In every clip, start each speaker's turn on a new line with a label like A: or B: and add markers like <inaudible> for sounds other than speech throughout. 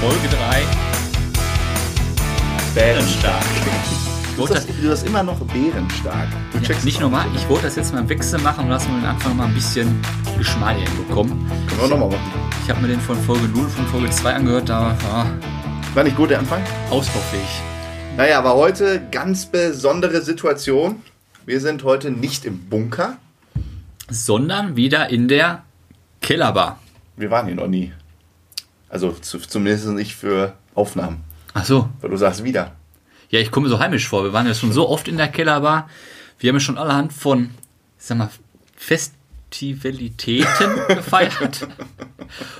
A: Folge 3. Bärenstark. Ich
B: Du
A: wollte das,
B: sagst, du sagst immer noch bärenstark. Du
A: ja, nicht normal. Ich wollte das jetzt mal wechseln machen und lassen wir den Anfang mal ein bisschen Geschmack bekommen.
B: Können wir auch nochmal machen.
A: Ich habe mir den von Folge 0 von Folge 2 angehört, da war
B: War nicht gut der Anfang?
A: ausbaufähig.
B: Naja, aber heute ganz besondere Situation. Wir sind heute nicht im Bunker.
A: Sondern wieder in der Kellerbar.
B: Wir waren hier noch nie. Also zu, zumindest nicht für Aufnahmen.
A: Ach so.
B: Weil du sagst wieder.
A: Ja, ich komme mir so heimisch vor. Wir waren ja schon so oft in der Kellerbar. Wir haben ja schon allerhand von, ich sag mal, <laughs> Festivalitäten gefeiert.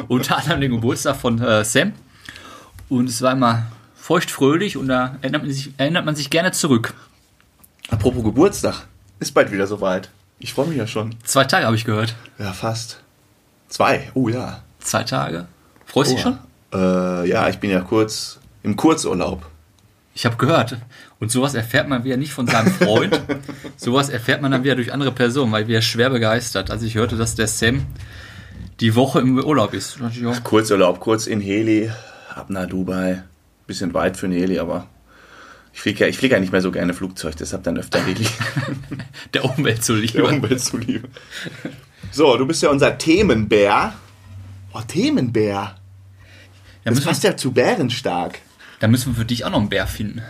A: Unter anderem den Geburtstag von äh, Sam. Und es war immer feuchtfröhlich und da erinnert man, sich, erinnert man sich gerne zurück.
B: Apropos Geburtstag. Ist bald wieder soweit. Ich freue mich ja schon.
A: Zwei Tage habe ich gehört.
B: Ja, fast. Zwei. Oh ja. Oh.
A: Zwei Tage. Freust du dich schon?
B: Äh, ja, ich bin ja kurz im Kurzurlaub.
A: Ich habe gehört. Und sowas erfährt man wieder nicht von
B: <laughs>
A: seinem Freund. sowas erfährt man dann wieder durch andere Personen, weil wir schwer begeistert. Also ich hörte, dass der Sam die Woche im Urlaub ist. Da dachte ich, ja,
B: Kurzurlaub, kurz in Heli, ab nach Dubai. Bisschen weit für ein Heli, aber ich fliege ja, ich flieg ja nicht mehr so gerne Flugzeug, deshalb dann öfter Heli. <laughs>
A: Der Umwelt zuliebe.
B: Der Umwelt zuliebe. So, du bist ja unser Themenbär. Oh, Themenbär.
A: Da,
B: Das
A: müssen wir,
B: passt ja zu bärenstark.
A: da müssen wir für dich auch noch einen Bär finden.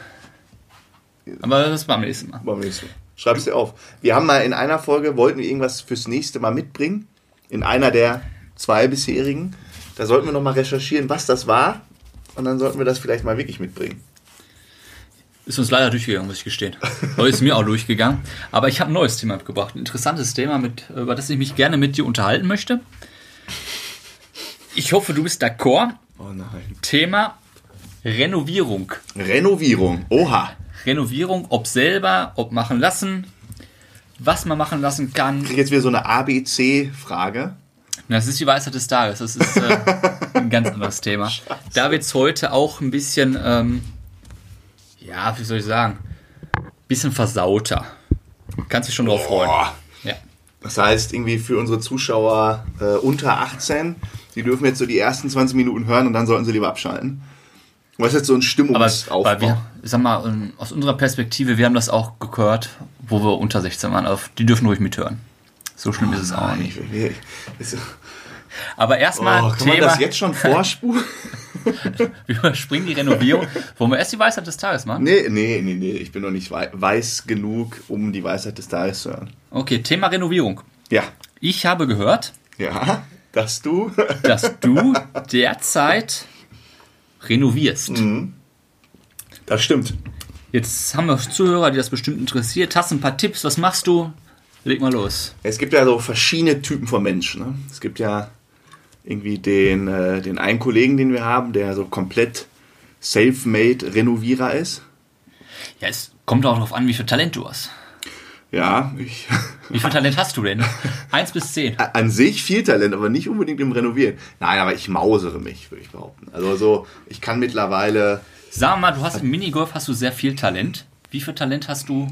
A: Aber das machen wir nächstes Mal.
B: Wollen wir nicht so. Schreib's dir auf. Wir haben mal in einer Folge, wollten wir irgendwas fürs nächste Mal mitbringen. In einer der zwei bisherigen. Da sollten wir nochmal recherchieren, was das war. Und dann sollten wir das vielleicht mal wirklich mitbringen.
A: Ist uns leider durchgegangen, muss ich gestehen. Aber ist mir auch durchgegangen. Aber ich habe ein neues Thema mitgebracht. Ein interessantes Thema, mit, über das ich mich gerne mit dir unterhalten möchte. Ich hoffe, du bist d'accord.
B: Oh nein.
A: Thema Renovierung.
B: Renovierung. Oha.
A: Renovierung, ob selber, ob machen lassen. Was man machen lassen kann.
B: krieg jetzt wieder so eine ABC-Frage.
A: Das ist die Weisheit des Tages. Das ist äh, ein ganz
B: <laughs>
A: anderes Thema. Da wird es heute auch ein bisschen, ähm, ja, wie soll ich sagen, bisschen versauter. Kannst dich schon drauf freuen.
B: Boah.
A: Ja.
B: Das heißt, irgendwie für unsere Zuschauer äh, unter 18, die dürfen jetzt so die ersten 20 Minuten hören und dann sollten sie lieber abschalten. Was ist jetzt so ein
A: Aber
B: Stimmungsaufbau?
A: weil wir, ich sag mal, ähm, aus unserer Perspektive, wir haben das auch gehört, wo wir unter 16 waren. Also die dürfen ruhig mithören. So schlimm ist es auch
B: Oh Nein,
A: nicht.
B: ich will- nee, das-
A: Aber
B: oh,
A: erstmal
B: kann man
A: Thema,
B: das jetzt schon vorspulen?
A: wir <laughs> überspringen die Renovierung. Wollen wir erst die Weisheit des Tages machen?
B: nee, nee, nee, nee, ich bin noch nicht wei weiß genug, um die Weisheit des Tages zu hören.
A: Okay, Thema Renovierung.
B: Ja,
A: Ich habe gehört,
B: ja, dass du
A: dass du derzeit renovierst.
B: Das stimmt.
A: Jetzt haben wir Zuhörer, die das bestimmt interessiert. Hast du ein paar Tipps? Was machst du? Leg mal los.
B: Es gibt ja so verschiedene Typen von Menschen. Ne? Es gibt ja irgendwie den, äh, den einen Kollegen, den wir haben, der so komplett self-made Renovierer ist.
A: Ja, es kommt auch darauf an, wie viel Talent du hast.
B: Ja, ich, <laughs>
A: Wie viel Talent hast du denn? Eins bis zehn.
B: an sich viel Talent, aber nicht unbedingt im Renovieren. Nein, aber ich mausere mich, würde ich behaupten. Also so, ich kann mittlerweile,
A: Sag mal, du hast im Minigolf hast du sehr viel Talent. Wie viel Talent
B: <laughs>
A: hast du?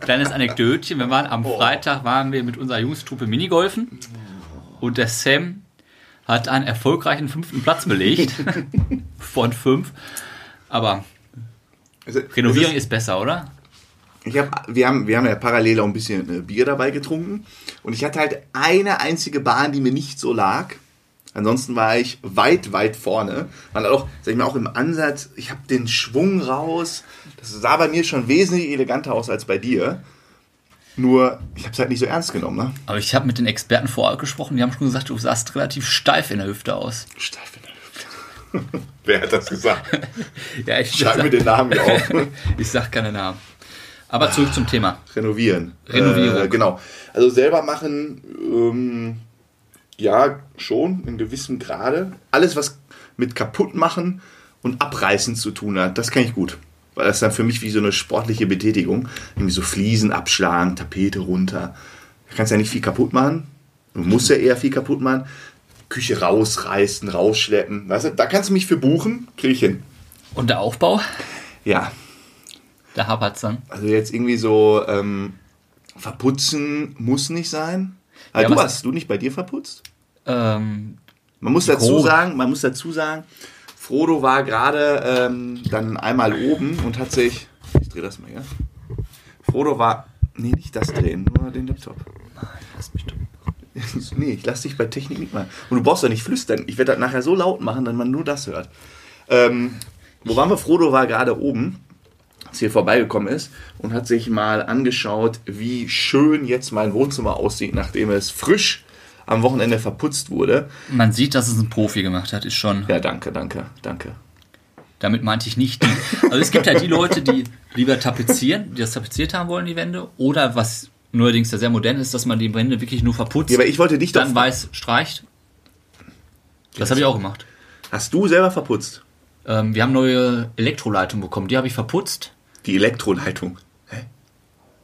A: Kleines Anekdötchen. Wir waren am Freitag waren wir mit unserer Jungs-Truppe Minigolfen und der Sam hat einen erfolgreichen fünften Platz
B: <laughs>
A: belegt von fünf. Aber
B: also es ist-
A: Renovierung ist besser, oder?
B: Ich hab, wir, haben, wir haben ja parallel auch ein bisschen äh, Bier dabei getrunken. Und ich hatte halt eine einzige Bahn, die mir nicht so lag. Ansonsten war ich weit, weit vorne. Man hat auch, sag ich mal, auch im Ansatz, ich habe den Schwung raus. Das sah bei mir schon wesentlich eleganter aus als bei dir. Nur, ich habe es halt nicht so ernst genommen, ne?
A: Aber ich habe mit den Experten vor Ort gesprochen. Die haben schon gesagt, du sahst relativ steif in der Hüfte aus.
B: Steif in der Hüfte. <laughs> Wer hat das gesagt?
A: Ja, ich,
B: Schreib mir den Namen <laughs> auf.
A: <laughs> ich sag keine Namen. Aber zurück zum Thema.
B: Renovieren.
A: Renovierung.
B: Äh, genau. Also selber machen, ähm, ja, schon in gewissem Grade. Alles, was mit kaputt machen und abreißen zu tun hat, das kann ich gut. Weil das dann für mich wie so eine sportliche Betätigung. Irgendwie so Fliesen abschlagen, Tapete runter. Du kannst ja nicht viel kaputt machen. Du musst ja eher viel kaputt machen. Küche rausreißen, rausschleppen. Weißt du, da kannst du mich für buchen, krieg ich hin.
A: Und der Aufbau?
B: Ja,
A: Da hapert's dann.
B: Also jetzt irgendwie so ähm, verputzen muss nicht sein. Ah,
A: Ja,
B: du
A: was-
B: hast du nicht bei dir verputzt?
A: Ähm,
B: Man muss dazu
A: Grob.
B: sagen, man muss dazu sagen, Frodo war gerade ähm, dann einmal oben und hat sich. Ich drehe das mal, ja. Frodo war. Nee, nicht das drehen, nur den Laptop.
A: Lass mich doch.
B: <laughs> nee, ich lass dich bei Technik mitmachen. Und du brauchst doch nicht flüstern. Ich werde das nachher so laut machen, dass man nur das hört. Ähm, wo waren wir? Frodo war gerade oben, als hier vorbeigekommen ist und hat sich mal angeschaut, wie schön jetzt mein Wohnzimmer aussieht, nachdem es frisch am Wochenende verputzt wurde.
A: Man sieht, dass es ein Profi gemacht hat, ist schon.
B: Ja, danke, danke, danke.
A: Damit meinte ich nicht die. Also es gibt ja die Leute, die lieber tapezieren, die das tapeziert haben wollen, die Wände. Oder was neuerdings ja sehr modern ist, dass man die Wände wirklich nur verputzt,
B: Ja, aber ich wollte dich doch.
A: dann weiß streicht. Das habe ich auch gemacht.
B: Hast du selber verputzt?
A: Ähm, wir haben neue Elektroleitung bekommen. Die habe ich verputzt,
B: Die Elektroleitung. Hä?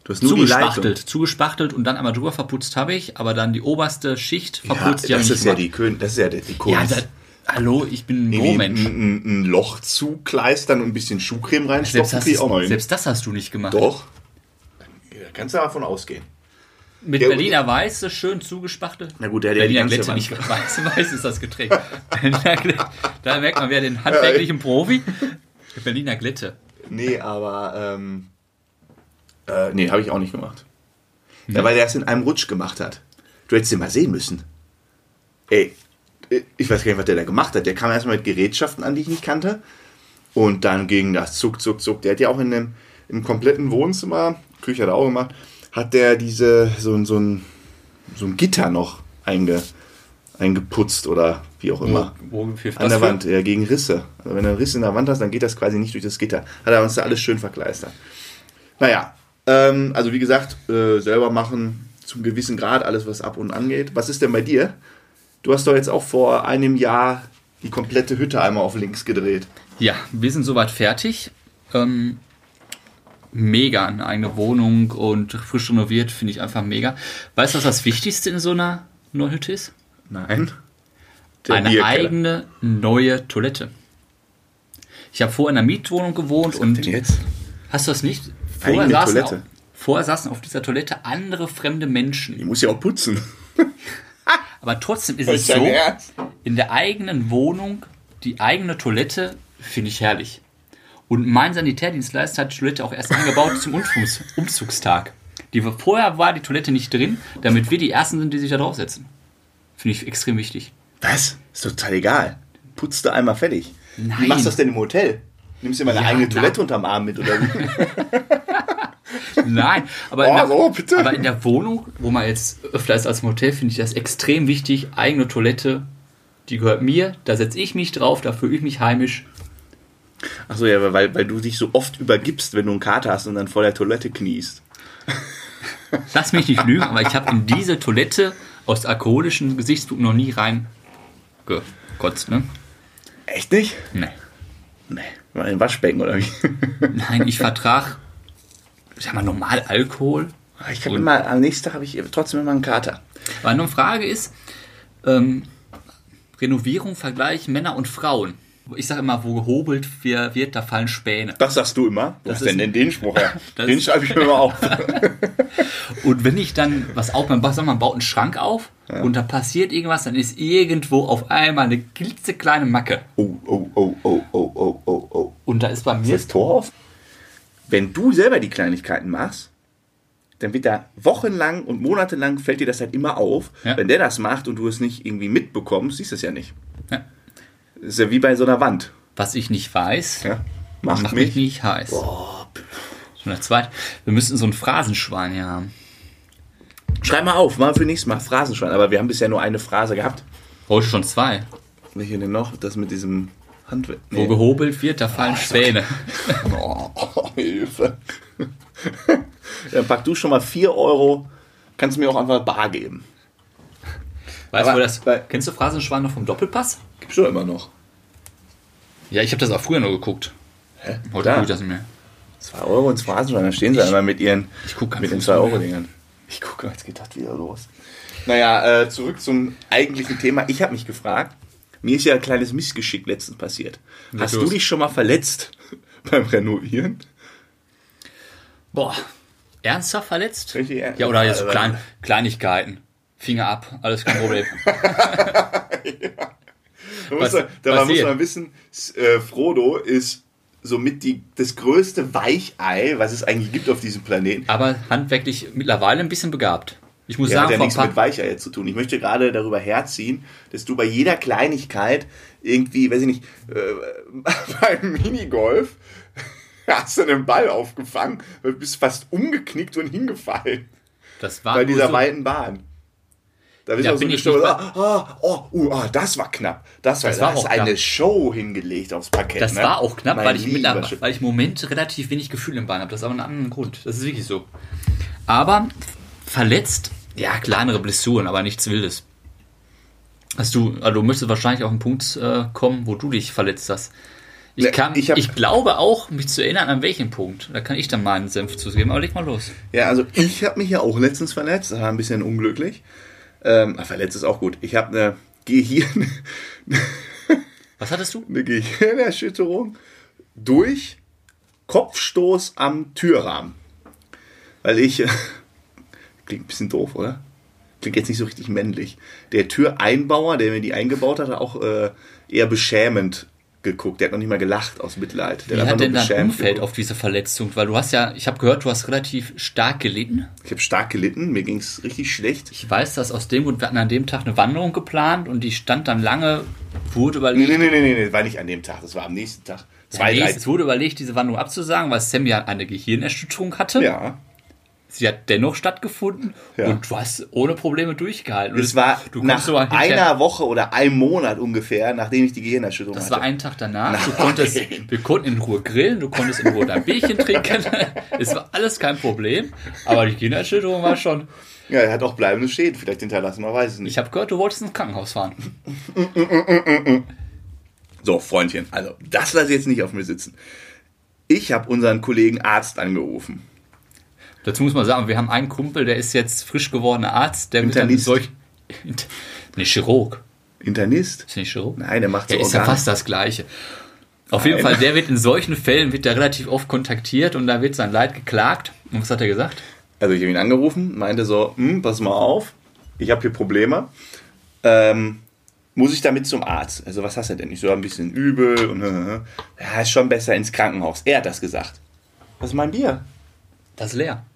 B: Du hast nur die Leitung.
A: zugespachtelt, zugespachtelt und dann einmal drüber verputzt habe ich, aber dann die oberste Schicht verputzt.
B: ja, das,
A: die habe ich
B: ist ja
A: nicht
B: die Kön das ist ja die, die
A: gemacht.
B: Kunst.
A: ja, da, Hallo, ich bin ein
B: irgendwie
A: Rohmensch.
B: Ein, ein, ein Loch zukleistern und ein bisschen Schuhcreme reinstopfen,
A: Selbst, hast
B: krieg ich auch noch
A: du,
B: hin.
A: selbst das hast du nicht gemacht.
B: Doch. Ja, kannst du davon ausgehen.
A: Mit
B: Der-
A: Berliner Weiße schön zugespachtelt.
B: Na gut, der hat ja die
A: Berliner
B: ganze
A: Glätte,
B: Wand-
A: nicht weiß, <laughs> weiß ist das Getränk. Berliner Glätte. Da merkt man, wer den handwerklichen Profi. Berliner Glätte.
B: Nee, aber ähm, äh, nee, habe ich auch nicht gemacht. Ja, weil der es in einem Rutsch gemacht hat. Du hättest den mal sehen müssen. Ey, ich weiß gar nicht, was der da gemacht hat. Der kam erstmal mit Gerätschaften an, die ich nicht kannte. Und dann ging das zuck, zuck, zuck. Der hat ja auch in dem im kompletten Wohnzimmer, Küche hat er auch gemacht, hat der diese, so, ein- so, ein, so ein Gitter noch einge, eingeputzt oder wie auch immer.
A: Wo, wo hilft
B: An
A: das
B: der
A: für?
B: Wand, ja, gegen Risse. Also wenn du einen Riss in der Wand hast, dann geht das quasi nicht durch das Gitter. Hat er uns da alles schön verkleistert. Naja, ähm, also wie gesagt, äh, selber machen zum gewissen Grad alles, was ab und angeht. Was ist denn bei dir? Du hast doch jetzt auch vor einem Jahr die komplette Hütte einmal auf links gedreht.
A: Ja, wir sind soweit fertig. Ähm, mega, eine eigene Wohnung und frisch renoviert, finde ich einfach mega. Weißt du, was das Wichtigste in so einer neuen Hütte ist?
B: Nein.
A: eine eigene neue Toilette. Ich habe vorher in einer Mietwohnung gewohnt und
B: Jetzt?
A: hast du das nicht? Vorher
B: Eigene
A: saßen,
B: Toilette.
A: Auf, vorher saßen auf dieser Toilette andere fremde Menschen.
B: Ich muss ja auch putzen.
A: Aber trotzdem ist es
B: Ist dein
A: so,
B: Ernst?
A: in der eigenen Wohnung die eigene Toilette finde ich herrlich. Und mein Sanitärdienstleister hat die Toilette auch erst angebaut zum Umzugs Umzugstag. Die, war- vorher war die Toilette nicht drin, damit wir die Ersten sind, die sich da draufsetzen. Finde ich extrem wichtig.
B: Was? Ist total egal. Putzt du einmal fertig. Wie
A: Nein.
B: machst du das denn im Hotel? Nimmst du immer eine
A: Ja,
B: eigene
A: na.
B: Toilette unterm Arm mit oder wie?
A: Nein, aber,
B: Oh,
A: in der,
B: so, bitte.
A: aber in der Wohnung, wo man jetzt öfter ist als im Hotel, finde ich das extrem wichtig. Eigene Toilette, die gehört mir, da setze ich mich drauf, da fühle ich mich heimisch.
B: Achso, ja, weil, weil du dich so oft übergibst, wenn du einen Kater hast und dann vor der Toilette kniest.
A: Lass mich nicht lügen, aber ich habe in diese Toilette aus alkoholischen Gesichtspunkten noch nie rein gekotzt, ne?
B: Echt nicht?
A: Nee.
B: Nee. Mal in den Waschbecken oder wie?
A: Nein, ich vertrag, ich sag mal, normal Alkohol.
B: Ah, Ich hab
A: Und-
B: immer, am nächsten Tag habe ich trotzdem immer einen Kater.
A: Weil nur Frage ist, ähm, Renovierung, Vergleich Männer und Frauen. Ich sage immer, wo gehobelt wir- wird, da fallen Späne.
B: Das sagst du immer?
A: Das
B: Das
A: ist-
B: ist denn, denn den Spruch <laughs> her?
A: Das-
B: den schreibe ich mir immer auf.
A: Und wenn ich dann was auch, man, sag mal, man baut einen Schrank auf und da passiert irgendwas, dann ist irgendwo auf einmal eine klitzekleine Macke.
B: <laughs> Oh, oh, oh, oh, oh, oh, oh, oh.
A: Und da ist bei mir
B: Das Tor auf? Wenn du selber die Kleinigkeiten machst, dann wird da wochenlang und monatelang fällt dir das halt immer auf.
A: Ja.
B: Wenn der das macht und du es nicht irgendwie mitbekommst, siehst du es ja nicht.
A: Ja.
B: Das ist ja wie bei so einer Wand.
A: was ich nicht weiß,
B: Ja? Macht, <laughs>
A: macht
B: mich
A: mich nicht heiß. So, der zweite, wir müssten so ein Phrasenschwein hier haben.
B: Schreib mal auf, mal für nächstes Mal Phrasenschwein. Aber wir haben bisher nur eine Phrase gehabt.
A: Heute schon zwei.
B: Welche denn noch? Das mit diesem Handwerk.
A: Wo
B: Nee.
A: gehobelt wird, da
B: Ah,
A: fallen Späne.
B: <laughs> Oh, Hilfe. <laughs> Dann pack du schon mal 4 Euro. Kannst du mir auch einfach bar geben.
A: Weißt du,
B: Aber-
A: wo das.
B: weil-
A: Kennst du Phrasenschwein noch vom Doppelpass?
B: Gibt's doch immer noch.
A: Ja, ich habe das auch früher nur geguckt.
B: Hä?
A: Heute
B: Da.
A: gucke ich das nicht mehr.
B: 2 Euro ins Phrasenschwein. Da stehen sie
A: Ich-
B: einmal mit ihren,
A: ich guck kein
B: mit den
A: Fußball
B: 2
A: mehr.
B: Euro Dingern. Ich gucke, jetzt geht das wieder los. Naja, äh, zurück zum eigentlichen Thema. Ich habe mich gefragt, mir ist ja ein kleines Missgeschick letztens passiert. Hast
A: los.
B: du dich schon mal verletzt <laughs> beim Renovieren?
A: Boah. Ernsthaft verletzt?
B: Richtig, ja.
A: ja, oder jetzt so
B: Also-
A: klein, Kleinigkeiten. Finger ab, alles kein Problem.
B: Da muss man, dabei muss man wissen, S- äh, Frodo ist somit die, das größte Weichei, was es eigentlich gibt auf diesem Planeten.
A: Aber handwerklich mittlerweile ein bisschen begabt. Ich muss
B: Ja, hat
A: sagen,
B: ja
A: vor ein
B: nichts
A: paar
B: mit Weicheier zu tun. Ich möchte gerade darüber herziehen, dass du bei jeder Kleinigkeit irgendwie, weiß ich nicht, äh, <laughs> beim Minigolf <laughs> hast du einen Ball aufgefangen, bist fast umgeknickt und hingefallen
A: Das war
B: bei
A: nur
B: dieser
A: so,
B: weiten Bahn. Da bist
A: Ja,
B: du auch so
A: bin ich
B: gestorben.
A: nicht
B: Ah, ah, oh, uh, ah, das war knapp. Das war,
A: Das
B: das
A: war
B: hast
A: auch
B: eine
A: knapp.
B: Show hingelegt aufs Parkett.
A: das
B: ne?
A: war auch knapp,
B: Mein
A: weil ich, mit,
B: lieber Sch-
A: weil ich im Moment relativ wenig Gefühl im Bein habe. Das ist aber ein anderer Grund. Das ist wirklich so. Aber verletzt, ja, kleinere Blessuren, aber nichts Wildes. Hast du, also du müsstest wahrscheinlich auf einen Punkt äh, kommen, wo du dich verletzt hast. Ich,
B: Ne,
A: kann, ich,
B: ich hab-
A: glaube auch, mich zu erinnern, an welchen Punkt. Da kann ich dann meinen Senf zugeben, aber leg mal los.
B: Ja, also ich habe mich ja auch letztens verletzt, das war ein bisschen unglücklich. Ähm, aber verletzt ist auch gut. Ich ne, habe eine Gehirn,
A: Was hattest du?
B: eine Gehirnerschütterung durch Kopfstoß am Türrahmen. Weil ich. Äh, klingt ein bisschen doof, oder? Klingt jetzt nicht so richtig männlich. Der Türeinbauer, der mir die eingebaut hat, hat auch äh, eher beschämend geguckt. Der hat noch nicht mal gelacht aus Mitleid. Der
A: Wie
B: einfach
A: hat
B: nur
A: denn dein
B: beschämt
A: Umfeld
B: geguckt.
A: auf diese Verletzung? Weil du hast ja, ich habe gehört, du hast relativ stark gelitten.
B: Ich habe stark gelitten, mir ging es richtig schlecht.
A: Ich weiß das aus dem Grund, wir hatten an dem Tag eine Wanderung geplant und die stand dann lange,
B: Nee,
A: wurde überlegt,
B: nee, nee, nee, nee, nee, war nicht an dem Tag, das war am nächsten Tag. Zwei,
A: nee,
B: drei
A: es wurde überlegt, diese Wanderung abzusagen, weil Sam ja eine Gehirnerschütterung hatte.
B: Ja.
A: Sie hat dennoch stattgefunden
B: Ja.
A: und du hast ohne Probleme durchgehalten. Und
B: Das war
A: du
B: nach
A: kommst sogar hinterher-
B: einer Woche oder einem Monat ungefähr, nachdem ich die Gehirnerschütterung
A: Das
B: hatte.
A: war einen Tag danach. Du
B: Nein.
A: konntest, wir konnten in Ruhe grillen, du konntest in Ruhe dein Bierchen trinken. <laughs> es war alles kein Problem. Aber die Gehirnerschütterung war schon.
B: ja, er hat auch bleibende Schäden vielleicht hinterlassen, man weiß es nicht.
A: Ich habe gehört, du wolltest ins Krankenhaus fahren.
B: So, Freundchen, also das lasse ich jetzt nicht auf mir sitzen. Ich habe unseren Kollegen Arzt angerufen.
A: Dazu muss man sagen, wir haben einen Kumpel, der ist jetzt frisch gewordener Arzt, der wird dann
B: Internist.
A: solch. Ne, Chirurg.
B: Internist?
A: Ist nicht Chirurg?
B: Nein, der macht so
A: Ja, ist ja
B: Organe.
A: fast das Gleiche. Auf jeden Fall, der wird in solchen Fällen wird der relativ oft kontaktiert und da wird sein Leid geklagt. Und was hat er gesagt?
B: Also ich habe ihn angerufen, meinte so, hm, pass mal auf, ich habe hier Probleme. Ähm, muss ich damit zum Arzt? Also was hast du denn? Ich so ein bisschen übel und äh, äh. ja, ist schon besser ins Krankenhaus. Er hat das gesagt. Was ist mein Bier?
A: Das ist leer.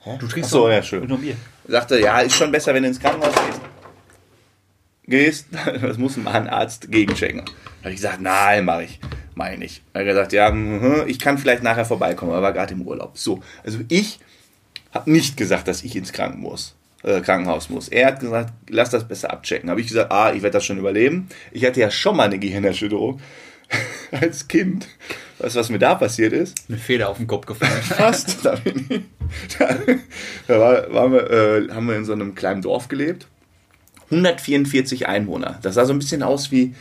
B: Hä?
A: Du trinkst
B: Ach so,
A: doch-
B: ja, schön.
A: mit nur Bier.
B: Sagte, ja, ist schon besser, wenn du ins Krankenhaus gehst. Gehst, <laughs> das muss mal ein Arzt gegenchecken. Da habe ich gesagt, nein, mache ich. Meine ich nicht. Er hat gesagt, ja, mhm, ich kann vielleicht nachher vorbeikommen, aber gerade im Urlaub. So, also ich habe nicht gesagt, dass ich ins Kranken muss, äh, Krankenhaus muss. Er hat gesagt, lass das besser abchecken. Habe ich gesagt, ah, ich werde das schon überleben. Ich hatte ja schon mal eine Gehirnerschütterung <laughs> als Kind. Weißt du, was mir da passiert ist?
A: Eine Feder auf den
B: <laughs>
A: Kopf gefallen.
B: fast. da bin ich- da, <laughs> da war, waren wir, äh, haben wir in so einem kleinen Dorf gelebt. 144 Einwohner. Das sah so ein bisschen aus wie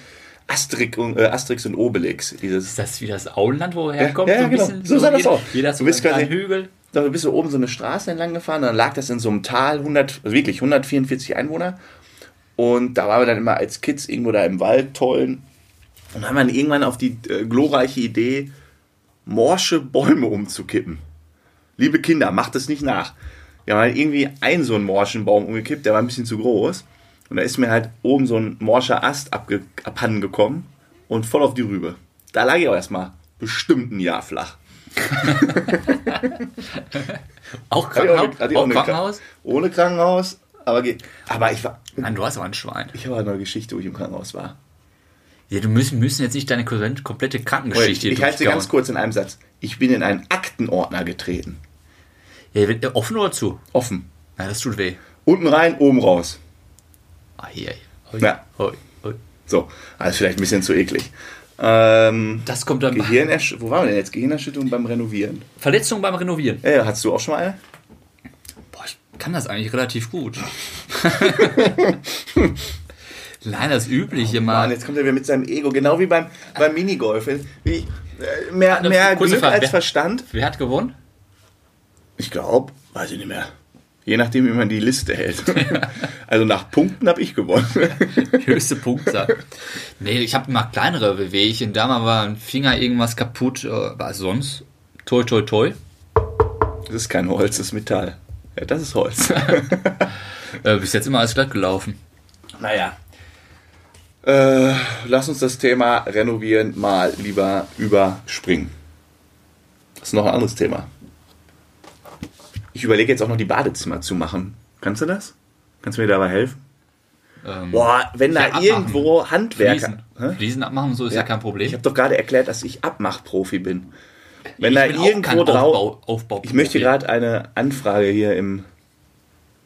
B: Asterix und, äh, Asterix und Obelix. Dieses
A: Ist das wie das Auenland, wo er herkommt?
B: Ja, ja,
A: so, ein
B: genau.
A: bisschen,
B: So sah das
A: jeder,
B: aus.
A: Jeder
B: Du
A: so
B: bist
A: einen kleinen
B: quasi-
A: Hügel.
B: da bist du oben so eine Straße entlang gefahren, dann lag das in so einem Tal, 100, also wirklich 144 Einwohner. Und da waren wir dann immer als Kids irgendwo da im Wald tollen. Und dann haben wir irgendwann auf die äh, glorreiche Idee, morsche Bäume umzukippen. Liebe Kinder, macht es nicht nach. Wir haben halt irgendwie einen so einen morschen Baum umgekippt, der war ein bisschen zu groß. Und da ist mir halt oben so ein morscher Ast abge abhanden gekommen und voll auf die Rübe. Da lag ich auch erstmal bestimmt ein Jahr flach.
A: Auch
B: Hat die
A: Krankenhaus?
B: hat die
A: auch
B: eine
A: Krankenhaus?
B: Kra- Ohne Krankenhaus, aber geht. Aber ich war.
A: Mann, du hast aber ein Schwein.
B: Ich habe eine Geschichte, wo ich im Krankenhaus war.
A: Ja, du müssen, müssen jetzt nicht deine komplette- komplette
B: Ich,
A: Krankengeschichte
B: ich halte sie
A: durchkauen.
B: ganz kurz in einem Satz. Ich bin in einen Aktenordner getreten.
A: Ja, wird- offen oder zu?
B: Offen.
A: Ja, das tut weh.
B: Unten rein, oben raus.
A: Ah, hier, hier.
B: Ja.
A: Hoi, hoi.
B: So, also vielleicht ein bisschen zu eklig. Ähm,
A: Das kommt dann.
B: Gehirnersch wo waren wir denn jetzt? Gehirnerschütterung beim Renovieren.
A: Verletzung beim Renovieren.
B: Äh, hast du auch schon mal eine?
A: Boah, ich kann das eigentlich relativ gut. <laughs> Nein, das Übliche
B: Oh, Mann,
A: mal.
B: jetzt kommt er wieder mit seinem Ego, genau wie beim, beim Minigolf. Wie ich, äh, mehr mehr
A: kurze
B: Glück
A: Frage.
B: als
A: Wer-
B: Verstand.
A: Wer hat gewonnen?
B: Ich glaube, weiß ich nicht mehr. Je nachdem, wie man die Liste <laughs> hält. also nach Punkten habe ich gewonnen.
A: <laughs> Höchste Punktzahl. Nee, ich habe mal kleinere Bewegchen. Da mal war ein Finger irgendwas kaputt. äh, Aber sonst. Toi, toi, toi.
B: Das ist kein Holz, das ist Metall. Ja, das ist <laughs> Holz.
A: Äh, bis jetzt immer alles glatt gelaufen.
B: naja. Äh, lass uns das Thema Renovieren mal lieber überspringen. Das ist noch ein anderes Thema. Ich überlege jetzt auch noch die Badezimmer zu machen. Kannst du das? Kannst du mir dabei helfen?
A: Ähm,
B: Boah, wenn da
A: Ja, abmachen.
B: irgendwo Handwerker.
A: Fliesen.
B: Hä?
A: Fliesen abmachen, so ist ja, kein Problem.
B: Ich habe doch gerade erklärt, dass ich Abmachprofi bin. Wenn
A: Ich
B: da
A: bin auch kein
B: irgendwo drauf.
A: Aufbau, Aufbau
B: Ich möchte gerade eine Anfrage hier im.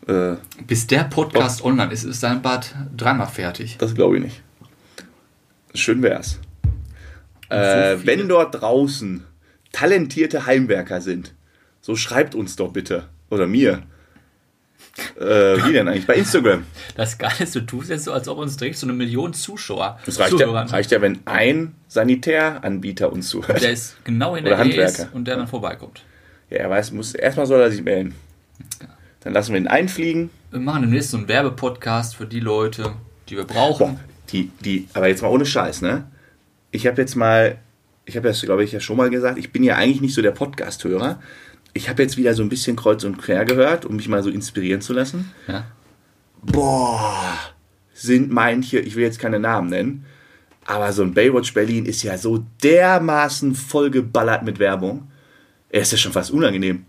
B: Äh,
A: Bis der Podcast online ist, ist dein Bad dreimal fertig.
B: das glaube ich nicht. Schön wär's. Äh,
A: viele-
B: wenn dort draußen talentierte Heimwerker sind, so schreibt uns doch bitte. Oder mir. Äh, wie denn eigentlich? Bei Instagram.
A: Das Geile ist, du tust jetzt so, als ob uns direkt so eine Million Zuschauer.
B: Das reicht ja,
A: Zuhörer-
B: reicht ja, wenn ein Sanitäranbieter uns zuhört.
A: Der ist genau in
B: Oder
A: der Nähe
B: Handwerker.
A: ist und der dann vorbeikommt.
B: Ja, er weiß, muss, erstmal soll er sich melden. Dann lassen wir ihn einfliegen.
A: Wir machen demnächst so einen Werbepodcast für die Leute, die wir brauchen.
B: Boah, die, die, aber jetzt mal ohne Scheiß, ne? Ich habe jetzt mal, ich habe das, glaube ich, ja schon mal gesagt, ich bin ja eigentlich nicht so der Podcast-Hörer. Ich habe jetzt wieder so ein bisschen kreuz und quer gehört, um mich mal so inspirieren zu lassen.
A: Ja.
B: Boah, sind manche, ich will jetzt keine Namen nennen, aber so ein Baywatch Berlin ist ja so dermaßen vollgeballert mit Werbung. Er ist ja schon fast unangenehm.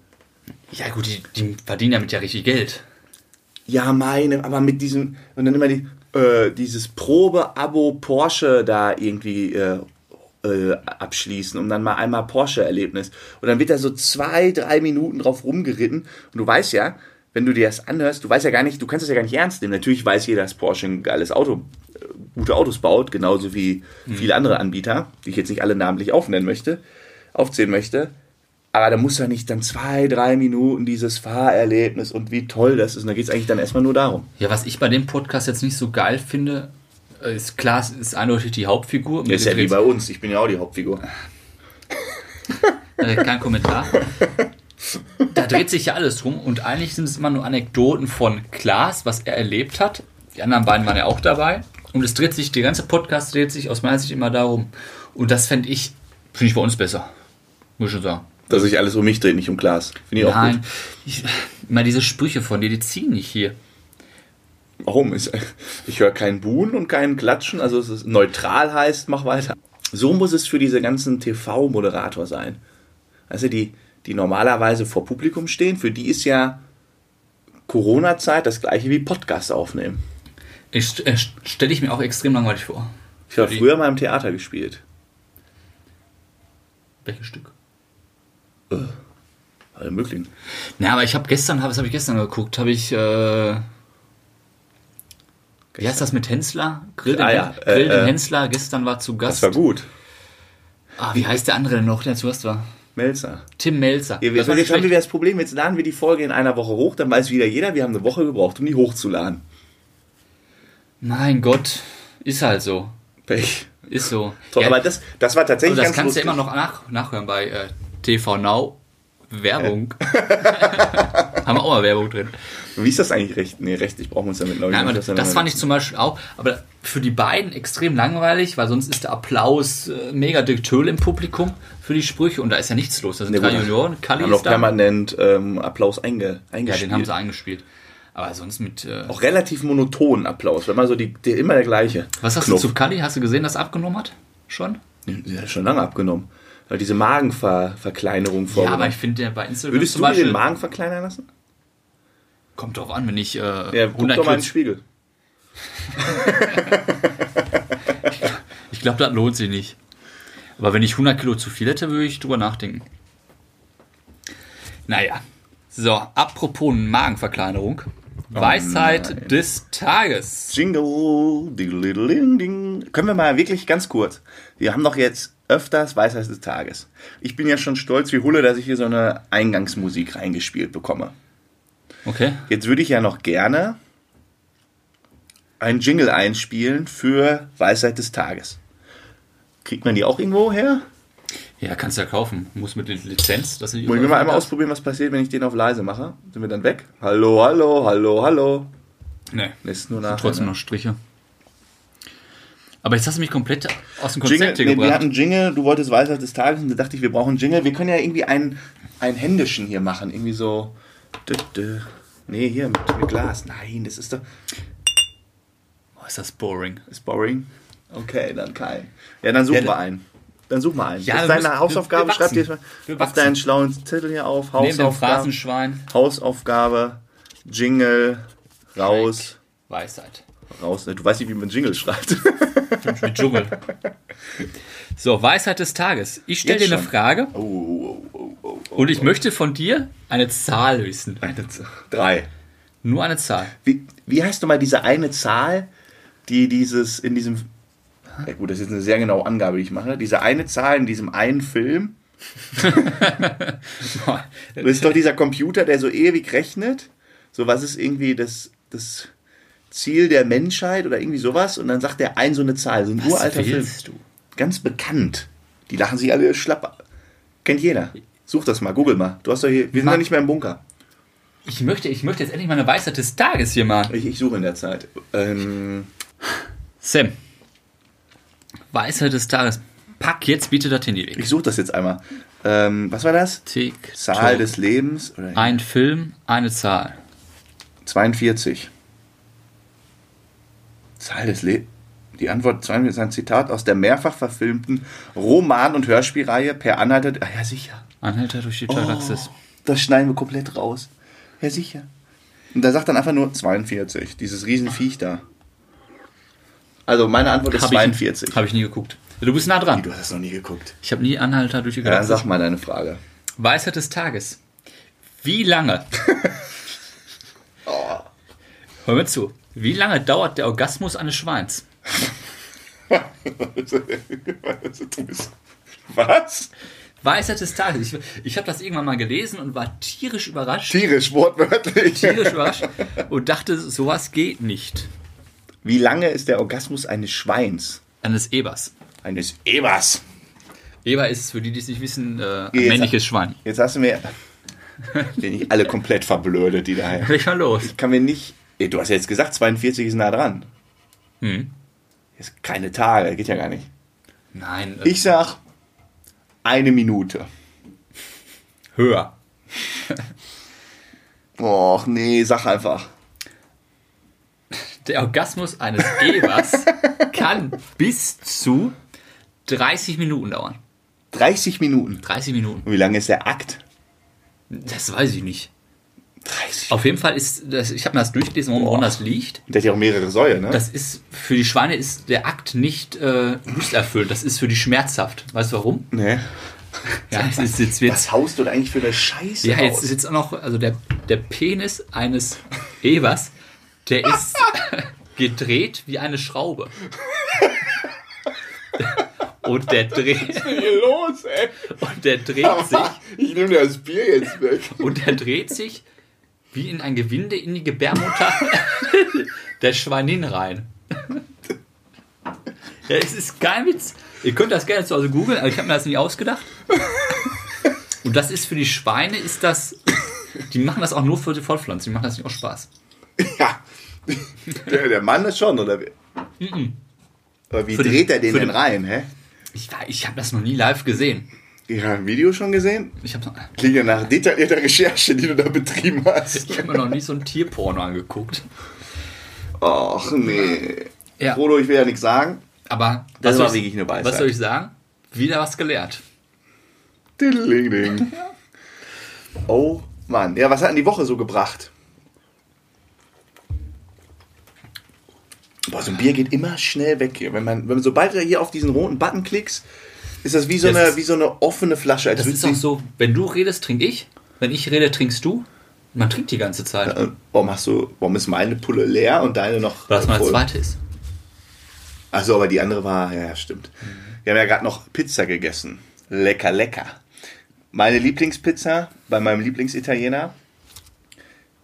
A: Ja gut, die, die verdienen damit ja richtig Geld.
B: Ja, meine, aber mit diesem, und dann immer die, äh, dieses Probe-Abo Porsche da irgendwie äh, äh, abschließen, um dann mal einmal Porsche-Erlebnis. Und dann wird da so zwei, drei Minuten drauf rumgeritten. Und du weißt ja, wenn du dir das anhörst, du weißt ja gar nicht, du kannst das ja gar nicht ernst nehmen. Natürlich weiß jeder, dass Porsche ein geiles Auto, äh, gute Autos baut, genauso wie viele andere Anbieter, die ich jetzt nicht alle namentlich aufnennen möchte, aufzählen möchte. Aber da muss ja nicht dann zwei, drei Minuten dieses Fahrerlebnis und wie toll das ist. Und da geht es eigentlich dann erstmal nur darum.
A: Ja, was ich bei dem Podcast jetzt nicht so geil finde, äh, ist klar, es ist eindeutig die Hauptfigur.
B: Ist ja wie bei uns. Ich bin ja auch die Hauptfigur.
A: äh, kein Kommentar. Da dreht sich ja alles rum und eigentlich sind es immer nur Anekdoten von Klaas, was er erlebt hat. Die anderen beiden waren ja auch dabei. Und es dreht sich, der ganze Podcast dreht sich aus meiner Sicht immer darum. Und das fände ich, finde ich bei uns besser. Muss ich schon sagen.
B: Dass sich alles um mich dreht, nicht um Glas. Finde ich auch
A: Nein,
B: gut.
A: ich, mal diese Sprüche von dir, die ziehen nicht hier.
B: Warum? Ist, <laughs> ich höre keinen Buhen und keinen Klatschen. Also es ist neutral heißt, mach weiter. So muss es für diese ganzen TV-Moderator sein. Also die, die normalerweise vor Publikum stehen, für die ist ja Corona-Zeit das gleiche wie Podcast aufnehmen.
A: Ich, äh, Stelle ich mir auch extrem langweilig vor.
B: Ich habe
A: Für die-
B: früher mal im Theater gespielt.
A: Welches Stück?
B: Alle möglichen.
A: Na, aber ich habe gestern, hab, was habe ich gestern geguckt? Habe ich, äh, wie heißt das mit Hensler? Grill den,
B: Ah, ja, äh,
A: Grill den
B: äh,
A: Hensler, gestern war zu
B: Das
A: Gast.
B: war gut.
A: Ah, wie heißt der andere denn noch, der zu Gast war?
B: Melzer.
A: Tim Melzer.
B: Ja, wir,
A: Das war
B: jetzt
A: nicht
B: haben wir
A: schlecht.
B: das Problem, jetzt laden wir die Folge in einer Woche hoch, dann weiß wieder jeder, wir haben eine Woche gebraucht, um die hochzuladen.
A: mein Gott, ist halt so.
B: Pech.
A: Ist so.
B: Toll,
A: ja,
B: aber das, das war
A: aber
B: tatsächlich
A: das
B: ganz
A: kannst du
B: lustig.
A: ja immer noch nach, nachhören bei äh, TV Now. Werbung. <laughs> haben wir auch mal Werbung drin.
B: Wie ist das eigentlich recht? Nee, rechtlich brauchen wir uns damit neu.
A: Nein, aber das, fand ich zum Beispiel auch, aber für die beiden extrem langweilig, weil sonst ist der Applaus äh, mega diktöl im Publikum für die Sprüche und da ist ja nichts los. Da sind drei Junioren, Kali
B: Haben
A: ist
B: noch
A: da.
B: permanent ähm, Applaus einge,
A: Ja,
B: eingespielt.
A: den haben sie eingespielt. Aber sonst mit. Äh,
B: auch relativ monotonen Applaus, wenn man so die, der, immer der gleiche.
A: was hast
B: Knopf.
A: du zu Kali? Hast du gesehen, dass er abgenommen hat? Schon?
B: Der hat schon lange abgenommen. Weil diese Magenverkleinerung vor.
A: Ja, aber ich finde, der bei Instagram
B: Würdest
A: zum
B: du dir den
A: Beispiel.
B: Magen verkleinern lassen?
A: Kommt drauf an, wenn ich äh,
B: Ja, guck
A: 100
B: doch mal in den
A: Kilos.
B: Spiegel.
A: Ich glaube, das lohnt sich nicht. Aber wenn ich 100 Kilo zu viel hätte, würde ich drüber nachdenken. Naja. So, apropos Magenverkleinerung.
B: Oh
A: Weisheit des Tages.
B: Jingle, ding, ding. Können wir mal wirklich ganz kurz. Wir haben doch jetzt öfters Weisheit des Tages. Ich bin ja schon stolz wie Hulle, dass ich hier so eine Eingangsmusik reingespielt bekomme.
A: Okay.
B: Jetzt würde ich ja noch gerne einen Jingle einspielen für Weisheit des Tages. Kriegt man die auch irgendwo her?
A: Ja, kannst du ja kaufen. Muss mit der Lizenz. Das
B: Wollen wir mal einmal ausprobieren, was passiert, wenn ich den auf leise mache? Sind wir dann weg? Hallo, hallo, hallo, hallo.
A: Nee.
B: Das ist nur
A: sind
B: nach.
A: Trotzdem noch Striche. Aber jetzt hast du mich komplett aus dem
B: Jingle,
A: Konzept hier
B: nee, wir
A: gebracht.
B: hatten Jingle, du wolltest Weisheit des Tages und da dachte ich, wir brauchen Jingle. Wir können ja irgendwie einen, einen händischen hier machen. Irgendwie so. Dü, dü. Nee, hier mit, mit Glas. Nein, das ist doch. Boah,
A: Oh, ist das boring.
B: Ist boring. Okay, dann kein. Ja, dann suchen
A: Ja,
B: wir einen. Dann suchen wir einen.
A: Ja,
B: das
A: wir
B: ist deine
A: müssen-
B: Hausaufgabe.
A: wir- wir
B: Schreib dir
A: wachsen.
B: mal
A: Wir
B: auf
A: wachsen.
B: deinen schlauen Zettel hier auf.
A: Neben dem
B: Hausaufgabe.
A: Phrasenschwein
B: Hausaufgabe. Jingle. Raus.
A: Weisheit.
B: Raus. Du weißt nicht, wie man Jingle schreibt.
A: Mit Dschungel. So, Weisheit des Tages. Ich stelle
B: Jetzt
A: dir eine
B: schon?
A: Frage
B: Oh, oh, oh, oh, oh.
A: und ich möchte von dir eine Zahl wissen.
B: Eine Z- Drei.
A: Nur eine Zahl.
B: Wie, wie heißt nochmal diese eine Zahl, die dieses in diesem. Ja gut, das ist jetzt eine sehr genaue Angabe, die ich mache. Diese eine Zahl in diesem einen Film. Das ist doch dieser Computer, der so ewig rechnet. So, was ist irgendwie das, das Ziel der Menschheit oder irgendwie sowas? Und dann sagt der ein so eine Zahl, so ein uralter Film.
A: du?
B: Ganz bekannt. Die lachen sich alle schlapp. Kennt jeder. Such das mal, google mal. Du hast doch hier. Wir sind
A: Mach.
B: ja nicht mehr im Bunker.
A: Ich möchte, ich möchte jetzt endlich meine Weisheit des Tages hier machen.
B: Ich, ich suche in der Zeit. Ähm,
A: Sam. Weisheit des Tages. Pack jetzt bitte das Handy weg.
B: ich suche das jetzt einmal. Ähm, was war das?
A: Tick,
B: Zahl
A: tock.
B: des Lebens? Oder
A: Ein Film, eine Zahl.
B: 42. Zahl des Lebens? Die Antwort 42 ist ein Zitat aus der mehrfach verfilmten Roman- und Hörspielreihe Per Anhalter. Ah, ja, sicher.
A: Anhalter durch
B: Oh,
A: die Galaxis.
B: Das schneiden wir komplett raus. Ja, sicher. Und da sagt dann einfach nur 42. Dieses Riesenviech da. Also meine Antwort ist 42.
A: Habe ich nie geguckt. Du bist nah dran.
B: hast das noch nie geguckt.
A: Ich habe nie Anhalter durch die
B: Ja, dann
A: Galaxis.
B: sag mal deine Frage.
A: Weisheit des Tages. Wie <laughs> lange? Oh. Hör mir zu. Wie lange dauert der Orgasmus eines Schweins?
B: Was?
A: Weisheit des Tages. Ich, ich habe das irgendwann mal gelesen und war tierisch überrascht.
B: Tierisch, wortwörtlich.
A: Tierisch überrascht und dachte, sowas geht nicht.
B: Wie lange ist der Orgasmus eines Schweins?
A: Eines Ebers.
B: Eines Ebers.
A: Eber ist, für die, die es nicht wissen, äh, ein
B: Jetzt-
A: männliches Schwein.
B: Jetzt hast du mir. <laughs> Bin ich alle komplett verblödet, die daher.
A: Leg mal los.
B: Kann mir nicht. Ey, Du hast ja jetzt gesagt, 42 ist nah dran.
A: Hm.
B: Ist keine Tage, geht ja gar nicht.
A: Nein, äh,
B: Ich sag eine Minute.
A: höher.
B: Och, nee, sag einfach.
A: Der Orgasmus eines <laughs> Ebers kann bis zu 30 Minuten dauern.
B: 30 Minuten.
A: 30 Minuten.
B: Und wie lange ist der Akt?
A: Das weiß ich nicht.
B: 30.
A: Auf jeden Fall ist das, ich habe mir das durchgelesen, woran das liegt.
B: Der hat ja auch mehrere Säue, ne?
A: Das ist, für die Schweine ist der Akt nicht äh, lusterfüllt. Das ist für die schmerzhaft. Weißt du warum?
B: nee.
A: Ja, es ist jetzt, jetzt,
B: Was haust du da eigentlich für eine Scheiße?
A: ja,
B: raus?
A: jetzt ist jetzt auch noch, also der, der Penis eines Ebers, der ist <laughs> gedreht wie eine Schraube. Und der dreht,
B: hier los, ey?
A: und der dreht sich,
B: Ich nehme dir das Bier jetzt weg.
A: und der dreht sich wie in ein Gewinde in die Gebärmutter <laughs> der Schweinin rein. Ja, es ist kein Witz. Ihr könnt das gerne zu Hause googeln, aber ich habe mir das nicht ausgedacht. Und das ist für die Schweine, ist das. Die machen das auch nur für die Fortpflanzung, die machen das nicht aus Spaß.
B: <laughs> Ja. Der, der Mann ist schon, oder? wie? Aber wie
A: Für den-
B: dreht er den
A: für
B: denn
A: den-
B: rein, hä?
A: Ich, war- ich habe das noch nie live gesehen.
B: Ja, ein Video schon gesehen?
A: Ich habe noch,
B: Klingt ja nach detaillierter Recherche, die du da betrieben hast.
A: ich hab mir noch nie so ein Tierporno angeguckt.
B: Och, nee.
A: Ja,
B: Frodo, ich will ja nichts sagen.
A: aber
B: Das
A: was
B: war
A: soll ich-
B: wirklich eine Weisheit.
A: Was soll ich sagen? Wieder was gelernt.
B: Diddling. Oh, Mann. Ja, was hat denn die Woche so gebracht? Boah, so ein Bier geht immer schnell weg hier. Wenn man, wenn man, sobald du hier auf diesen roten Button klickst, ist das wie so,
A: Das
B: eine,
A: ist-
B: wie so eine offene Flasche. Als
A: Das
B: würdest
A: ist
B: du
A: auch
B: die-
A: so, wenn du redest, trinke ich. Wenn ich rede, trinkst du. Man trinkt die ganze Zeit.
B: Äh, Warum hast du, warum ist meine Pulle leer und deine noch
A: Weil das meine
B: voll?
A: zweite ist.
B: Achso, aber die andere war, ja, ja, stimmt.
A: Mhm.
B: Wir haben ja gerade noch Pizza gegessen. Lecker, lecker. Meine Lieblingspizza bei meinem Lieblingsitaliener.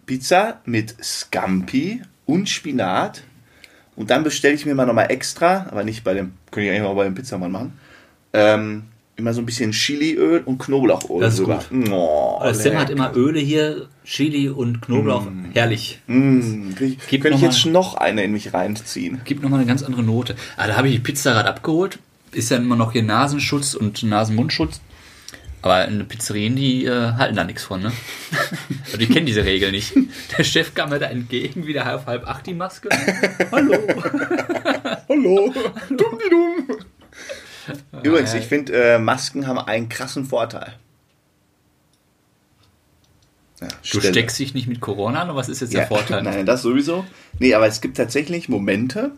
B: Pizza mit Scampi und Spinat. Und dann bestelle ich mir mal nochmal extra, aber nicht bei dem, könnte ich eigentlich mal bei dem Pizzamann machen. Ähm, immer so ein bisschen Chiliöl und Knoblauchöl.
A: Das ist
B: sogar. Oh,
A: Das Sim hat
B: lecker.
A: immer Öle hier, Chili und Knoblauch. Herrlich.
B: Mm, krieg ich-
A: Gib
B: könnte ich
A: noch
B: jetzt noch eine in mich reinziehen?
A: Gibt nochmal eine ganz andere Note. Ah, da habe ich die Pizza gerade abgeholt. Ist ja immer noch hier Nasenschutz und Nasenmundschutz. Aber eine Pizzerien, die äh, halten da nichts
B: <laughs>
A: von, ne? Also die kennen diese Regel nicht. Der Chef kam mir da entgegen, wieder halb, halb acht
B: <laughs>
A: die Maske. Hallo.
B: Hallo. Dumm, die dumm. Übrigens, ich finde, äh, Masken haben einen krassen Vorteil. Ja,
A: Du
B: Stelle.
A: steckst dich nicht mit Corona an, oder was ist jetzt
B: ja,
A: der
B: <laughs>
A: Vorteil? ne?
B: Nein, das sowieso. Nee, aber es gibt tatsächlich Momente,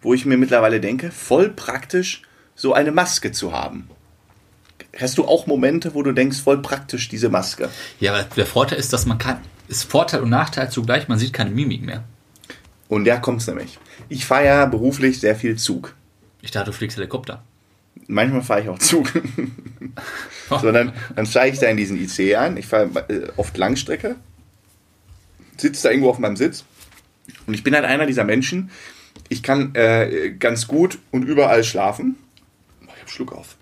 B: wo ich mir mittlerweile denke, voll praktisch, so eine Maske zu haben. Hast du auch Momente, wo du denkst, voll praktisch diese Maske?
A: Ja, aber der Vorteil ist, dass man kann. Ist Vorteil und Nachteil zugleich, man sieht keine Mimik mehr.
B: Und da kommt's nämlich. Ich fahre ja beruflich sehr viel Zug.
A: Ich dachte, du fliegst Helikopter.
B: Manchmal fahre ich auch Zug. <laughs> Sondern dann steige ich da in diesen IC ein. Ich fahre äh, oft Langstrecke, sitze da irgendwo auf meinem Sitz. Und ich bin halt einer dieser Menschen. Ich kann äh, ganz gut und überall schlafen. Oh, Ich hab Schluck auf.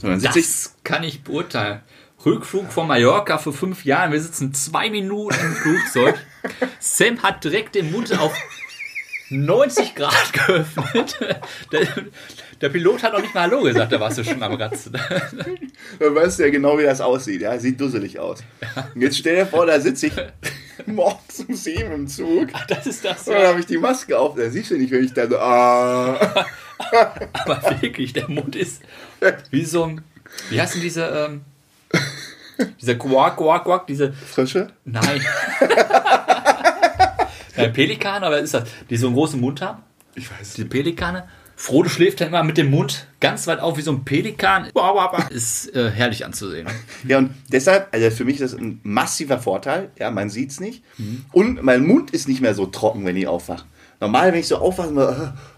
B: So, dann sitze ich.
A: Das kann ich beurteilen. Rückflug von Mallorca vor fünf Jahren. Wir sitzen zwei Minuten im <laughs> Flugzeug. Sam hat direkt den Mund auf 90 Grad geöffnet. Der, der Pilot hat noch nicht mal Hallo gesagt, da warst du schon am Ratzen.
B: Dann weißt du ja genau, wie das aussieht. Ja, sieht dusselig aus. Und jetzt stell dir vor, da sitze
A: <laughs>
B: ich morgens um sieben im Zug.
A: Das ist das.
B: Und dann
A: Ja.
B: habe ich die Maske auf. Dann siehst du nicht, wenn ich da so. Ah.
A: Aber wirklich, der Mund ist wie so ein. Wie heißen diese. Ähm, dieser Quack, Quack, Quack, diese.
B: Frische? <laughs>
A: Nein. Ein Pelikan, aber ist das? Die so einen großen Mund haben?
B: Ich weiß
A: Diese Pelikane. Frodo schläft dann immer mit dem Mund ganz weit auf wie so ein Pelikan. Wah, wah, wah. Ist äh, herrlich anzusehen.
B: Ja, und deshalb, also für mich ist das ein massiver Vorteil. Ja, man sieht es nicht. Und mein Mund ist nicht mehr so trocken, wenn ich aufwache. Normal, wenn ich so aufwache, immer,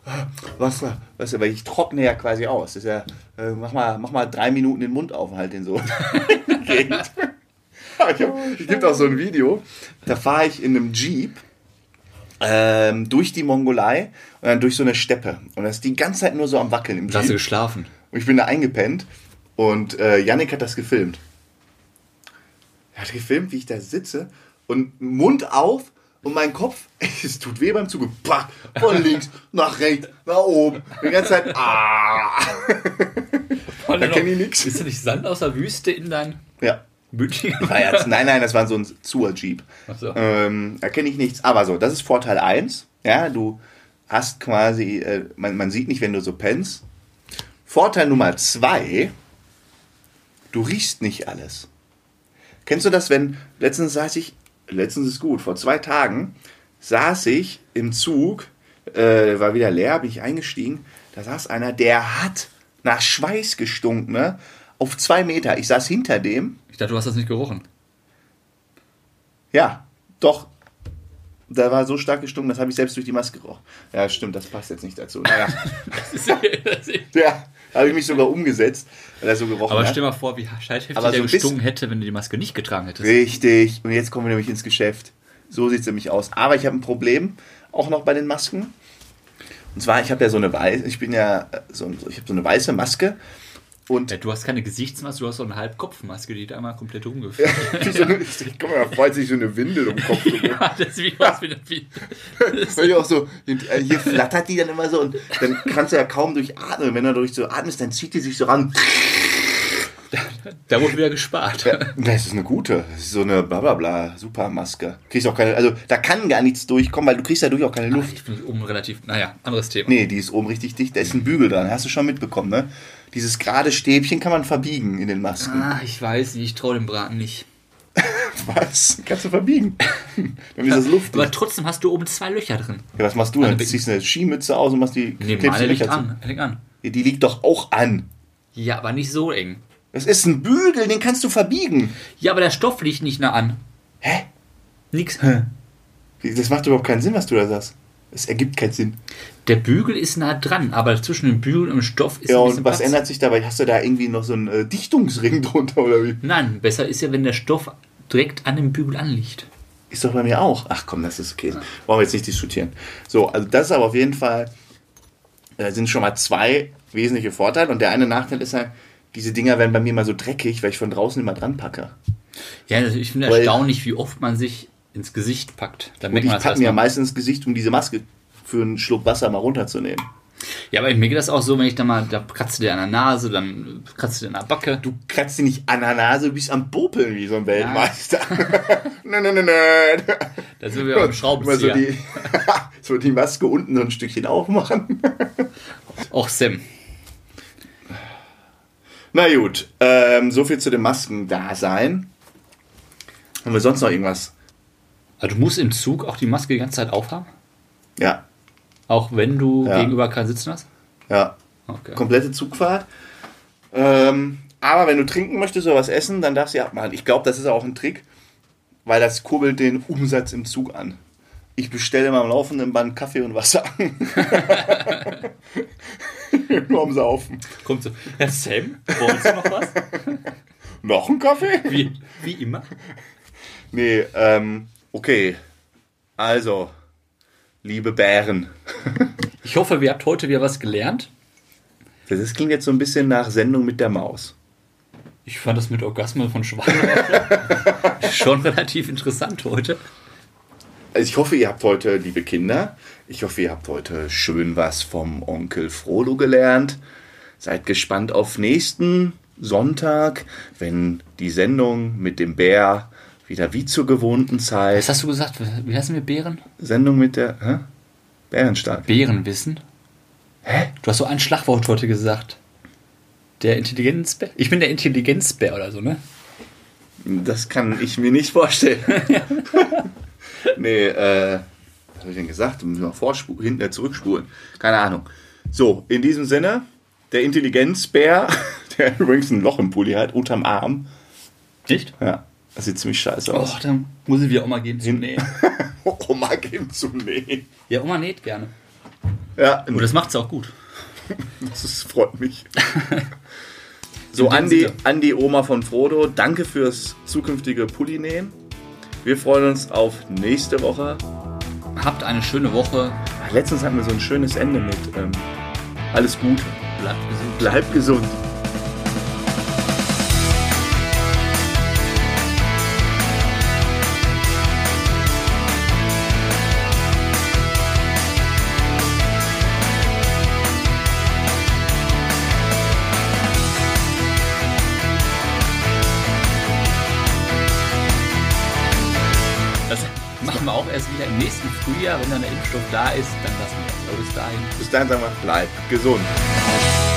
B: äh, äh, Wasser, Wasser, weil ich trockne ja quasi aus. Das ist ja, äh, mach, mal, mach mal drei Minuten den Mund auf und halt den so. <laughs> in die Gegend. ich hab, es gibt auch so ein Video, da fahre ich in einem Jeep ähm, durch die Mongolei und dann durch so eine Steppe. Und das ist die ganze Zeit nur so am Wackeln im
A: Da hast du
B: Jeep.
A: geschlafen.
B: Und ich bin da eingepennt und äh, Yannick hat das gefilmt. Er hat gefilmt, wie ich da sitze und Mund auf und mein Kopf, <laughs> es tut weh beim Zuge. Pah, von links nach rechts, nach oben. Die ganze Zeit, ah. Da kenn ich nix.
A: Ist da nicht Sand aus der Wüste in dein
B: Ja.
A: Mütchen?
B: War jetzt- Nein, nein, das war so ein Zur-Jeep.
A: Ach so.
B: Ähm, da kenne ich nichts. Aber so, das ist Vorteil 1. Ja, du hast quasi, äh, man, man sieht nicht, wenn du so pennst. Vorteil Nummer 2, du riechst nicht alles. Kennst du das, wenn, letztens saß ich, letztens ist gut, vor zwei Tagen saß ich im Zug, äh, war wieder leer, bin ich eingestiegen, da saß einer, der hat nach Schweiß gestunken, ne? Auf zwei Meter. Ich saß hinter dem,
A: Ich dachte, du hast das nicht <laughs> gerochen.
B: ja, doch. Da war so stark gestunken, das habe ich selbst durch die Maske gerochen. Ja, stimmt, das passt jetzt nicht dazu. Naja,
A: Das ist, das ist,
B: <laughs> ja, da habe ich mich sogar umgesetzt, weil er so gerochen
A: aber
B: hat.
A: stell mal vor, wie scheißheftig
B: Aber
A: der
B: so ein bisschen-
A: gestunken hätte, wenn du die Maske nicht getragen hättest.
B: Richtig. Und jetzt kommen wir nämlich ins Geschäft. So sieht es nämlich aus. Aber ich habe ein Problem, auch noch bei den Masken. Und zwar, ich habe ja so eine weiße, ich bin ja äh, so, so- ich habe so eine weiße Maske und
A: Ja, du hast keine Gesichtsmaske, du hast so eine Halbkopfmaske, die da einmal komplett rumgeführt.
B: <laughs> so eine, ich komme mir freut sich so eine Windel um den Kopf. gemacht.
A: Ja, <laughs> das ist wie was mit dem Wie-
B: Weil die auch so, äh, hier flattert die dann immer so und dann kannst du ja kaum durchatmen. Und wenn du durch so atmest, dann zieht die sich so ran.
A: Da wurde wieder gespart.
B: Ja, das ist eine gute. Das ist so eine blablabla Supermaske. Kriegst auch keine, also da kann gar nichts durchkommen, weil du kriegst dadurch auch keine Luft.
A: Ich bin oben relativ, naja, anderes Thema.
B: Nee, die ist oben richtig dicht. Da ist ein Bügel dran. Hast du schon mitbekommen, ne? Dieses gerade Stäbchen kann man verbiegen in den Masken.
A: Ah, ich weiß nicht, ich traue dem Braten nicht.
B: Was? Kannst du verbiegen? <laughs> Dann ist das Luft.
A: Aber
B: Ja,
A: trotzdem hast du oben zwei Löcher drin.
B: was machst du dann? Du ziehst eine Skimütze aus und machst die
A: Nee,
B: klebst
A: meine
B: die
A: liegt
B: Löcher zu.
A: an. Liegt an.
B: Ja, Die liegt doch auch an.
A: Ja, aber nicht so eng.
B: Das ist ein Bügel, den kannst du verbiegen.
A: Ja, aber der Stoff liegt nicht nah an.
B: Hä?
A: Nix.
B: Das macht überhaupt keinen Sinn, was du da sagst. Es ergibt keinen Sinn.
A: Der Bügel ist nah dran, aber zwischen dem Bügel und dem Stoff ist
B: Ja,
A: ein
B: und
A: bisschen
B: was
A: Platz.
B: ändert sich dabei? Hast du da irgendwie noch so einen äh, Dichtungsring <laughs> drunter oder wie?
A: Nein, besser ist ja, wenn der Stoff direkt an dem Bügel anliegt.
B: Ist doch bei mir auch. Ach komm, das ist okay. Wollen wir jetzt nicht diskutieren. So, also das ist aber auf jeden Fall, äh, sind schon mal zwei wesentliche Vorteile. Und der eine Nachteil ist halt, diese Dinger werden bei mir mal so dreckig, weil ich von draußen immer dran packe.
A: Ja, also ich finde
B: Weil-
A: erstaunlich, wie oft man sich ins Gesicht packt. Da
B: Und
A: merkt
B: ich
A: man das
B: packe mir ja
A: erstmal.
B: meistens ins Gesicht, um diese Maske für einen Schluck Wasser mal runterzunehmen.
A: Ja, aber mir geht das auch so, wenn ich da mal, da kratzt du dir an der Nase, dann kratzt du dir an der Backe.
B: Du kratzt dir nicht an der Nase, du bist am Popeln wie so ein <laughs> Weltmeister. nein, nein, nein, nein.
A: Da sind wir beim
B: Immer so also
A: Schraubenzieher.
B: die, so die <laughs> Maske unten so ein Stückchen aufmachen. <laughs>
A: Auch Sam.
B: Na gut, ähm, so viel zu dem Masken-Dasein. Haben wir sonst noch irgendwas?
A: Aber Also du musst im Zug auch die Maske die ganze Zeit aufhaben?
B: Ja,
A: Auch wenn du
B: Ja.
A: gegenüber keinen Sitzen hast?
B: ja.
A: Okay.
B: Komplette Zugfahrt. Ähm, aber wenn du trinken möchtest oder was essen, dann darfst du ja abmachen. Ich glaube, das ist auch ein Trick, weil das kurbelt den Umsatz im Zug an. Ich bestelle mal am laufenden Band Kaffee und
A: <laughs>
B: Wasser. <laughs> Nur am Saufen.
A: Kommt so, Herr Sam, wollen Sie noch was?
B: Noch ein Kaffee?
A: Wie, wie immer.
B: Nee, ähm, okay. Also, liebe Bären.
A: Ich hoffe, ihr habt heute wieder was gelernt.
B: Das ist, klingt jetzt so ein bisschen nach Sendung mit der Maus.
A: Ich fand das mit Orgasmen von Schweinen <laughs> schon relativ interessant heute.
B: Also ich hoffe, ihr habt heute, liebe Kinder, ich hoffe, ihr habt heute schön was vom Onkel Frodo gelernt. Seid gespannt auf nächsten Sonntag, wenn die Sendung mit dem Bär wieder wie zur gewohnten
A: Was
B: Zeit.
A: hast du gesagt? Wie heißen wir Bären?
B: Sendung mit der. Hä? Bärenstark.
A: Bärenwissen? Hä? Du hast so ein Schlagwort heute gesagt. Der Intelligenzbär? Ich bin der Intelligenzbär oder so, ne?
B: Das kann ich mir nicht
A: <laughs>
B: vorstellen. nee, äh, was habe ich denn gesagt? Müssen wir vorspu- hinten äh, zurückspulen. Keine Ahnung. So, in diesem Sinne, der Intelligenzbär, <laughs> der übrigens ein Loch im Pulli hat, unterm Arm.
A: Nicht?
B: Ja, das sieht ziemlich scheiße aus.
A: Och, dann muss ich wieder Oma gehen zum Nähen.
B: Oh,
A: um
B: Oma geben zum Nähen.
A: Ja, Oma näht gerne.
B: Ja,
A: Und Oh, das macht sie auch gut.
B: das freut
A: <laughs>
B: mich. So,
A: In dem
B: Andi,
A: Sinne.
B: Andi, Oma von Frodo, danke fürs zukünftige Pulli-Nähen. Wir freuen uns auf nächste Woche.
A: Habt eine schöne Woche.
B: Ach, Letztens hatten wir so ein schönes Ende mit ähm, Alles gut,
A: Bleibt gesund.
B: bleib gesund.
A: Das machen wir auch erst wieder im nächsten Frühjahr, wenn dann der Impfstoff da ist. Dann lassen wir es. Aber bis dahin.
B: Bis dahin sagen wir, bleib gesund.
A: Ciao.